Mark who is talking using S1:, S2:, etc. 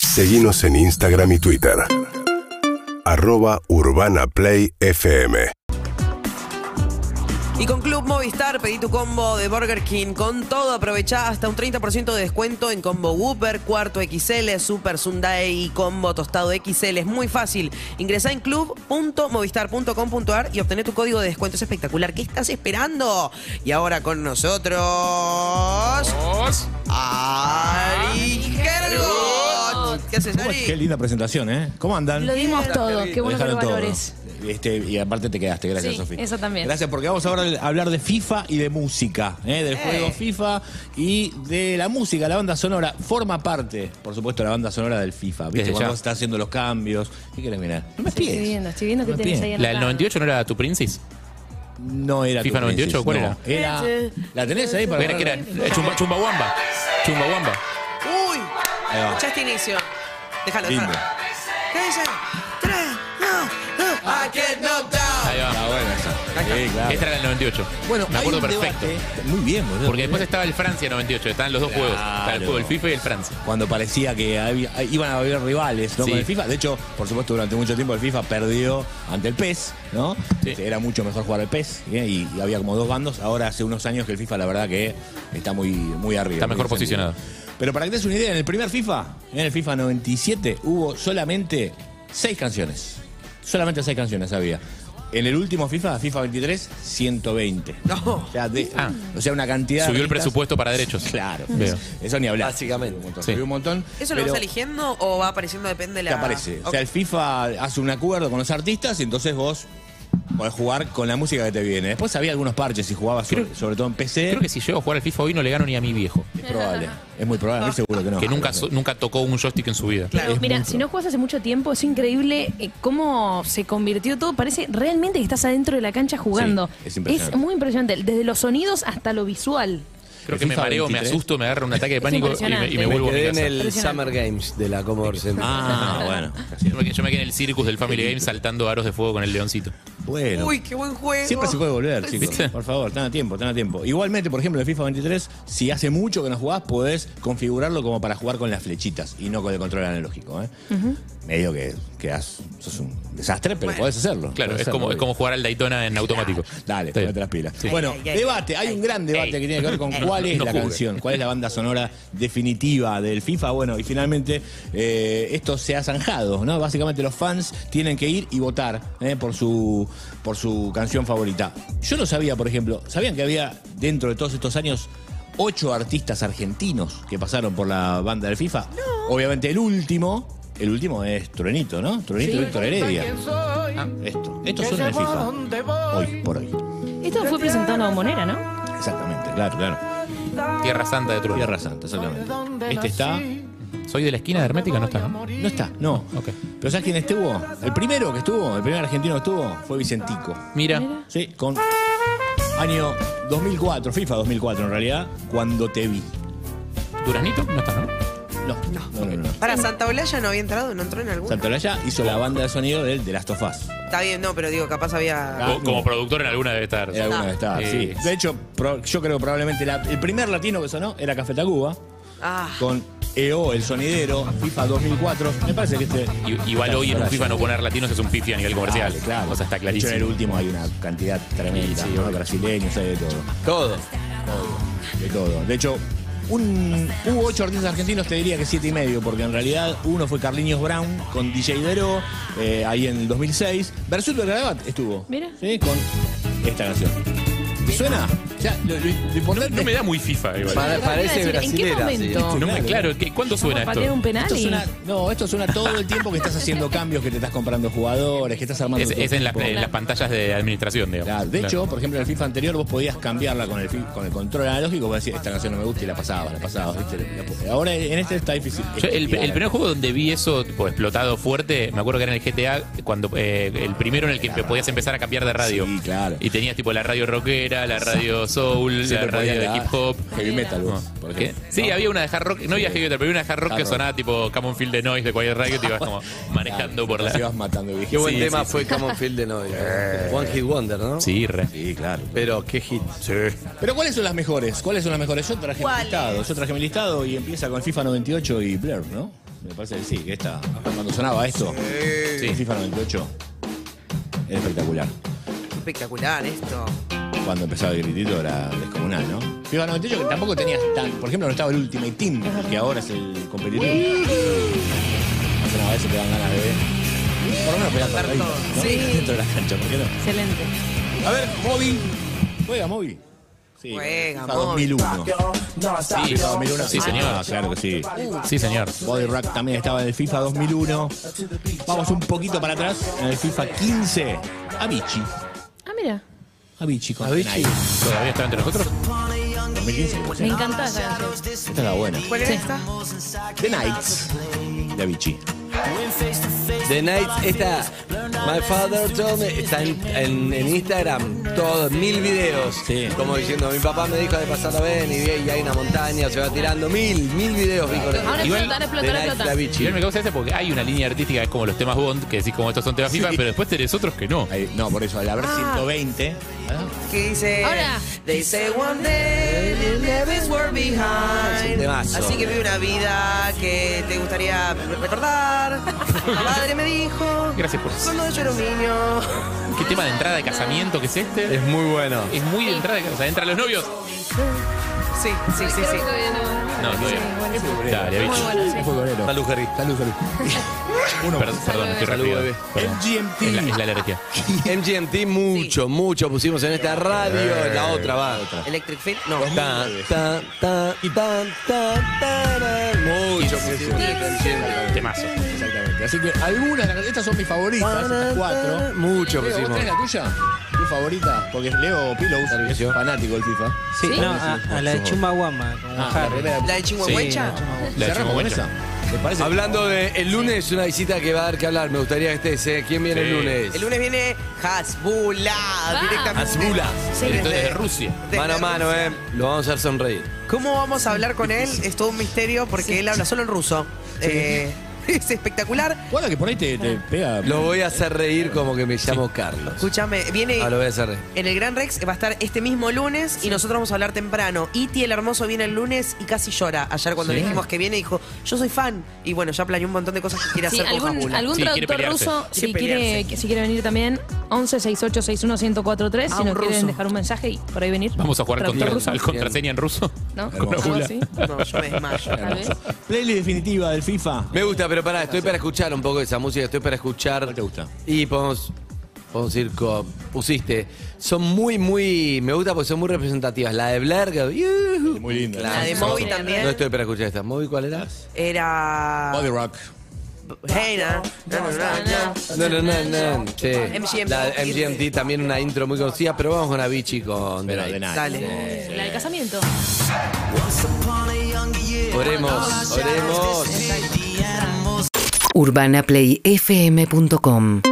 S1: Seguimos en Instagram y Twitter. Arroba Urbana Play FM.
S2: Y con Club Movistar pedí tu combo de Burger King con todo. Aprovechá hasta un 30% de descuento en combo Whopper, cuarto XL, Super Sundae y combo tostado XL. Es muy fácil. Ingresá en club.movistar.com.ar y obtener tu código de descuento. Es espectacular. ¿Qué estás esperando? Y ahora con nosotros...
S3: Dos.
S2: Ari Gergot. ¿Qué haces,
S4: ¿Cómo es? Qué
S2: Ari?
S4: linda presentación, ¿eh? ¿Cómo andan?
S5: Lo dimos todo, qué
S4: Lo
S5: bueno que lo
S4: dejaron todo.
S5: valores.
S4: Este, y aparte te quedaste, gracias
S5: Sí,
S4: Sofía.
S5: eso también.
S4: Gracias porque vamos ahora a hablar de FIFA y de música, ¿eh? del juego FIFA y de la música, la banda sonora. Forma parte, por supuesto, la banda sonora del FIFA. ¿Viste?
S3: Desde
S4: Cuando
S3: ya.
S4: vos estás haciendo los cambios. ¿Qué querés mirar? No me
S5: Estoy
S4: espies.
S5: viendo, estoy viendo
S4: No
S5: que
S4: me
S5: tenés ahí
S4: espies.
S5: en
S3: ¿La del
S5: mano.
S3: 98 no era tu Princess?
S4: No era
S3: FIFA
S4: tu
S3: 98, ¿cuál
S4: Princess, no. Era- ¿La tenés ahí para
S3: Era que era
S4: agarrar?
S3: eh, Chumba, Chumbawamba. Chumbawamba.
S2: Uy,
S4: Ahí va.
S2: ya está inicio. Déjalo,
S4: Lindo.
S2: déjalo. Tres, dos, uno. I can't knock down.
S3: Ahí va.
S4: Ah, bueno, esa. Sí, claro.
S3: Esta era el 98.
S4: Bueno,
S3: me
S4: hay
S3: acuerdo
S4: un
S3: perfecto.
S4: debate. Muy bien, boludo.
S3: Porque después estaba el Francia 98, estaban los dos
S4: Claro.
S3: juegos. Estaba el juego del FIFA y el Francia.
S4: cuando parecía que había- ah, iban a haber rivales ¿no?
S3: Sí.
S4: con el FIFA. De hecho, por supuesto, durante mucho tiempo el FIFA perdió ante el PES, ¿no?
S3: Sí.
S4: Este, Era mucho mejor jugar al PES ¿eh? y, y había como dos bandos. Ahora hace unos años que el FIFA, la verdad, que está muy, muy arriba.
S3: Está
S4: muy
S3: mejor
S4: encendido.
S3: posicionado.
S4: Pero para que te des una idea, en el primer FIFA, en el FIFA 97, hubo solamente seis canciones. Solamente seis canciones había. En el último FIFA, FIFA 23, 120.
S2: No.
S4: O sea, de-
S3: Ah.
S4: o sea una cantidad. de
S3: Subió el
S4: listas-
S3: presupuesto para derechos.
S4: Claro.
S3: Veo.
S4: Eso ni hablar.
S6: Básicamente.
S4: Subió un montón.
S3: Sí.
S4: Subió un montón.
S2: ¿Eso lo
S4: pero-
S2: vas eligiendo o va apareciendo depende de la.
S4: te aparece. O
S2: Ok.
S4: sea, el FIFA hace un acuerdo con los artistas y entonces vos podés jugar con la música que te viene. Después había algunos parches y jugabas sobre, sobre todo en PC.
S3: Creo que si llego a jugar al FIFA hoy no le gano ni a mi viejo.
S4: es probable. Es muy probable, estoy seguro que no.
S3: Que nunca, so- nunca tocó un joystick en su vida.
S2: Claro.
S5: Mira, si no juegas hace mucho tiempo, es increíble eh, cómo se convirtió todo. Parece realmente que estás adentro de la cancha jugando.
S4: Sí, es impresionante.
S5: muy impresionante, desde los sonidos hasta lo visual.
S3: Creo que me
S4: FIFA
S3: mareo,
S4: 23.
S3: me asusto, me agarra un ataque de pánico y me, y me
S5: impresionante.
S3: vuelvo a mi
S6: Quedé en
S3: casa.
S6: el
S5: Impresionante.
S6: Summer Games de la Commodore Center.
S4: Ah, bueno.
S3: Yo me, yo me quedé en el circus del Family Game saltando aros de fuego con el leoncito.
S4: Bueno.
S2: Uy, qué buen juego.
S4: Siempre se puede volver, chicos.
S3: ¿Viste?
S4: Por favor, tan a tiempo, tan a tiempo. Igualmente, por ejemplo, en el FIFA 23, si hace mucho que no jugás, podés configurarlo como para jugar con las flechitas y no con el control analógico. ¿eh? Medio que quedás, sos un desastre, pero podés hacerlo.
S3: Claro,
S4: Podés
S3: es como,
S4: hacerlo,
S3: es como jugar al Daytona en automático.
S4: Dale,
S3: Está bien.
S4: ponete las pilas.
S3: Sí.
S4: Bueno,
S2: Ay, ay, ay,
S4: debate. Hay
S2: ay,
S4: un gran debate
S3: ay.
S4: que tiene que ver con
S2: Ey.
S4: cuál es
S3: No
S4: la
S3: juzgue.
S4: canción, cuál es la banda sonora definitiva del FIFA. Bueno, y finalmente eh, esto se ha zanjado, ¿no? Básicamente los fans tienen que ir y votar ¿eh? por, su, por su canción favorita. Yo no sabía, por ejemplo, ¿sabían que había dentro de todos estos años ocho artistas argentinos que pasaron por la banda del FIFA? Obviamente el último. El último es Truenito, ¿no? Truenito Víctor Heredia. Esto. Esto suena en el FIFA. Hoy por hoy.
S5: Esto fue presentado en la bombonera, ¿no?
S4: Exactamente, claro, claro.
S3: Tierra Santa de Trueno.
S4: Tierra Santa, exactamente. Este está.
S3: Soy de la esquina de Hermética, no está. ¿no?
S4: No está, no.
S3: Ok.
S4: Pero ¿sabes quién estuvo? El primero que estuvo, el primer argentino que estuvo, fue Vicentico.
S3: Mira,
S4: Sí, con. Año 2004, FIFA 2004 en realidad, cuando te vi.
S3: Duranito no está, ¿no?
S4: No, no, no. no,
S2: Para Santa Olalla no había entrado, no entró en alguno.
S4: Santaolalla hizo la banda de sonido del The Last of Us.
S2: Está bien, no, pero digo, capaz había.
S4: Ah,
S3: Co- Como productor en alguna debe estar.
S4: Era alguna de estas, sí.
S3: Eh,
S4: De hecho, pro- yo creo que probablemente la- el primer latino que sonó era Café Tacuba,
S2: Ah,
S4: con EO, el sonidero, FIFA 2004. Me parece que este.
S3: i- Igual hoy en un FIFA no poner latinos es un pifi a nivel comercial.
S4: Dale, claro.
S3: O sea, está
S4: De hecho, en el
S3: clarísimo.
S4: último hay una cantidad tremenda,
S3: Sí,
S4: ¿no? brasileños, hay de todo.
S6: Todo.
S4: De todo. De hecho, un, hubo ocho artistas argentinos, te diría que siete y medio, porque en realidad uno fue Carliños Brown con DJ Dero, eh, ahí en el 2006. Versus de Garabat estuvo.
S5: Mira.
S4: Sí, con esta canción. ¿Te suena? Ya, lo, lo- lo importante
S3: No me da muy FIFA, igual.
S6: Pa-
S5: Iba a
S6: parece
S5: decir, ¿En qué
S6: brasilera. sí.
S5: momento?
S3: No me,
S4: Claro.
S3: claro, ¿qué- ¿cuánto suena
S5: ¿Patear un
S3: esto?
S5: penal?
S4: Esto suena- no, esto suena todo el tiempo que estás haciendo cambios, que te estás comprando jugadores, que estás armando.
S3: Es,
S4: tu
S3: es en, las-
S4: equipo.
S3: en las pantallas de administración, digamos.
S4: Claro, de
S3: Claro.
S4: hecho, por ejemplo, en el FIFA anterior vos podías cambiarla con el, fi- con el control analógico, vos decías, esta canción no me gusta y la pasabas, la pasabas, ¿viste? La po- ahora en este está difícil.
S3: Yo, el, el primer juego donde vi eso tipo, explotado fuerte, me acuerdo que era en el GTA, cuando eh, el primero en el que podías empezar a cambiar de radio.
S4: Sí, claro.
S3: Y tenías tipo la radio rockera, la radio soul,
S4: Siempre
S3: la radio
S4: podías
S3: de
S4: la-
S3: hip hop.
S4: Heavy metal, vos,
S3: No,
S4: por
S3: ¿qué?
S4: ejemplo. Ah,
S3: Sí,
S4: ¿No?
S3: había una de hard rock, no había heavy metal, pero había una hard rock
S4: Hard
S3: que
S4: rock.
S3: sonaba tipo Common Field de Noise de cualquier radio que te ibas como manejando por
S4: Te
S3: la.
S4: ibas matando.
S6: Qué buen
S3: Sí,
S6: tema
S3: sí, Eh.
S6: fue Common Field de Noy. One Hit Wonder, ¿no?
S3: Sí, re.
S4: Sí, claro.
S6: Pero qué hit.
S4: Pero ¿cuáles son las mejores? ¿Cuáles son las mejores? Yo traje mi listado, yo traje mi listado y empieza con FIFA 98 y Blur, ¿no? Me parece que sí, que esta. Cuando sonaba esto, el FIFA 98, era espectacular.
S2: Espectacular esto.
S4: Cuando empezaba el gritito era descomunal, ¿no? FIFA 98 que tampoco tenías tan. Por ejemplo, no estaba el Ultimate Team, que ahora es el competitivo. Hace una vez se te dan ganas de ver. Por lo menos pegar
S2: Hacer
S4: torraditas,
S2: todo.
S4: ¿no?
S2: Sí.
S4: Dentro de la cancha, ¿por qué no?
S5: Excelente.
S4: A ver, Moby. Juega, Moby. Sí,
S2: Juega,
S4: FIFA
S2: Moby.
S4: 2001.
S3: Sí,
S4: FIFA 2001.
S3: sí,
S4: Ah,
S3: señor.
S4: claro que sí.
S3: Sí, señor.
S4: Body Rack también estaba en el FIFA 2001. Vamos un poquito para atrás. En el FIFA 15, Avicii.
S5: Ah, mira.
S4: Avicii con
S6: Avicii.
S4: Nike.
S3: ¿Todavía está entre nosotros?
S4: 2015.
S5: Me encanta esa canción.
S4: Esta es la buena.
S2: ¿Cuál era esta?
S4: The Knights de Avicii.
S6: The Night, esta, My Father Told Me, está en, en- en Instagram, todos, mil videos.
S4: Sí.
S6: Como diciendo, mi papá me dijo de pasar a Benny, y hay una montaña, se va tirando, mil, mil videos vi con
S5: Ahora
S3: Igual,
S5: explotar,
S6: The
S5: explotar,
S6: Night,
S5: explotar.
S6: la bichi.
S3: Igual me causa ese porque hay una línea artística, que es como los temas Bond, que decís como estos son temas FIFA, pero después tenés otros que no.
S4: Ahí, no, por eso, al
S7: Ah.
S4: haber 120.
S2: Que dice.
S5: Ahora.
S2: They say one day the never were behind.
S6: un temazo.
S2: Así que vive una vida que te gustaría recordar. La madre me dijo.
S3: Gracias por-
S2: Cuando yo era un niño.
S3: ¿Qué tema de entrada de casamiento que es este?
S6: Es muy bueno.
S3: Es muy de entrada de casamiento. O sea, entran los novios.
S2: Sí, sí, sí, sí.
S3: No, no era. Dale,
S5: Muy
S3: bicho.
S5: bueno, sí.
S4: futbolero.
S6: Salud, Jerry. Salud, salud.
S3: Perdón, perdón, estoy
S6: Salud,
S3: rápido.
S6: bebé.
S4: MGMT.
S3: Es la, es la alergia.
S6: MGMT, mucho, mucho pusimos en esta radio, en la otra va.
S2: Electric Feel. No.
S6: Ta, ta, ta, ta, ta, ta, Mucho pusieron en
S3: Temazo.
S4: Exactamente. Así que algunas, estas son mis favoritas, estas
S6: MGMT.
S4: cuatro.
S6: Mucho
S4: Leo, ¿vos
S6: pusimos.
S4: tenés la tuya? ¿Tu favorita? Porque Leo Pillows es
S6: Servicio.
S4: fanático del FIFA.
S7: Sí, no, a, a la de Chumaguama, como
S4: Ah, la
S7: Harry.
S4: primera.
S2: La de Chihuahuecha.
S3: La de
S4: ¿Cerramos con esa? ¿Te parece?
S6: Hablando de el lunes, una visita que va a dar que hablar. Me gustaría que estés. ¿eh? ¿Quién viene
S3: Sí.
S6: el lunes?
S2: El lunes viene Hasbula. Directamente.
S6: Hasbula.
S2: Sí,
S3: Directores de
S2: desde-
S3: Rusia.
S2: desde
S6: Mano a mano, ¿eh? Lo vamos a hacer sonreír.
S2: ¿Cómo vamos a hablar con él? Es todo un misterio porque él habla solo en ruso. Eh, es espectacular.
S4: Guarda que por ahí te, te pega.
S6: Lo voy a hacer reír como que me llamo Carlos.
S2: Escúchame, viene
S6: Ah, lo voy a hacer reír.
S2: en el Gran Rex, va a estar este mismo lunes y nosotros vamos a hablar temprano. Iti el Hermoso viene el lunes y casi llora. Ayer cuando le dijimos que viene dijo, yo soy fan. Y bueno, ya planeó un montón de cosas que quiere
S5: Sí,
S2: hacer con
S5: algún,
S2: Hasbula.
S5: algún
S3: Sí, quiere
S5: traductor
S3: pelearse.
S5: ruso,
S2: Quiere
S5: si quiere,
S2: pelearse.
S5: que- si quiere venir también, 11 68 61 1043
S2: Ah,
S5: si
S2: un
S5: nos quieren
S2: ruso.
S5: dejar un mensaje y por ahí venir.
S3: Vamos a jugar
S5: Traductor
S3: contra,
S5: ruso,
S3: al contraseña en ruso.
S5: ¿no?
S3: con
S5: Algo
S3: Abula.
S5: así,
S2: No, yo me desmayo.
S5: tal vez.
S4: Playlist definitiva del FIFA.
S6: Me gusta, pero pará, estoy para escuchar un poco de esa música. Estoy para escuchar.
S4: ¿Cuál te gusta?
S6: Y podemos, podemos ir con. Pusiste. Son muy, muy. Me gusta porque son muy representativas. La de Blair. que- ¡Yuhu!
S4: Muy linda.
S6: Claro.
S2: La de Moby también.
S6: No estoy para escuchar esta. ¿Moby cuál era?
S2: Era...
S4: Body Rock.
S2: Hey, na, na, na, na.
S6: No, no, no, no. Sí.
S2: MGMT.
S6: La de MGMT también una intro muy conocida, pero vamos con Avicii con The
S4: Pero de
S6: Night.
S4: nada.
S2: Dale.
S5: La del casamiento.
S6: Oremos, oremos.
S8: urbanaplayfm.com